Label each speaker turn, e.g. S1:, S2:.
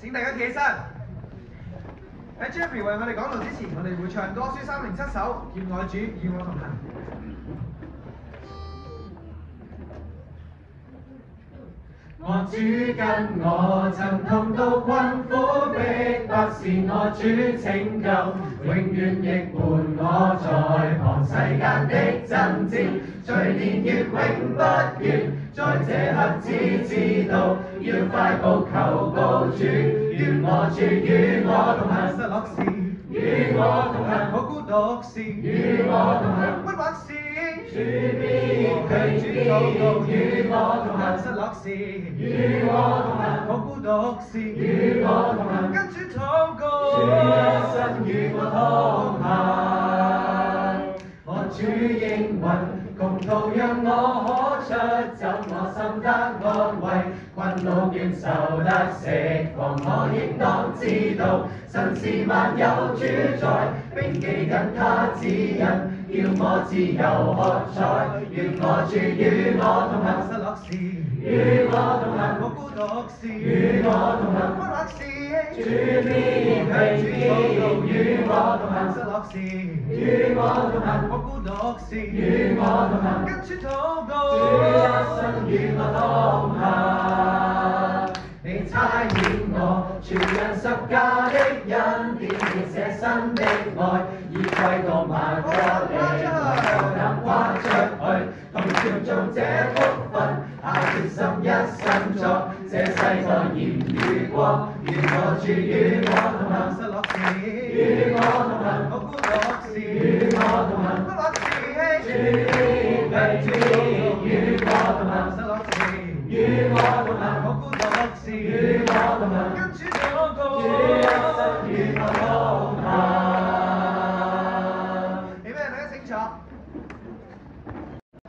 S1: 請大家企起身。喺 Jerry 為我哋講道之前，我哋會唱歌書三零七首《願我主與我同行》。
S2: 我主跟我曾同到困苦逼迫，是我主拯救，永遠亦伴我在旁世間的爭戰，隨年月永不倦，在這刻只知道要快步求告主，願我主與我同行，
S1: 失落時，
S2: 與我同行，
S1: 我孤獨時，
S2: 與我同行。
S1: 鬱惑時，
S2: 主必佢主禱告，與我同行，
S1: 失落時，
S2: 與我同行，
S1: 我孤獨時，
S2: 與我同行。
S1: 跟主禱
S2: 主
S1: 告。
S2: 一生與我同行，我主應允，共途讓我可出走，我心得安慰，困惱倦愁得釋放，我應當知道，神是萬有主宰，並記緊他指引，要我自由喝彩，願我主與我同行，
S1: 失落時，
S2: 與我同行，
S1: 我孤獨時，
S2: 與我同行。
S1: 鬱惑時，
S2: 主必佢主與我同行
S1: 失。落時，
S2: 與我同行，
S1: 我孤獨時，
S2: 與我同行，
S1: 跟主禱
S2: 主
S1: 告
S2: 一。生與我同行。你差遣我，全人十架的恩典，你捨身的愛，以貴到萬國你我就敢跨出去，同傳頌這福分，下決心一生作，這世代言與光，願我主與我同行，
S1: 失落時，
S2: 與我同行，
S1: 我孤獨時，
S2: 與我同行。
S1: 鬱惑
S2: 主
S1: 時，
S2: 必與我同行，
S1: 失落時，
S2: 與我同行，
S1: 我孤獨時
S2: 與，我同行，
S1: 跟主禱
S2: 主
S1: 告
S2: 一。生與我同行。
S1: 你咩？大家清楚。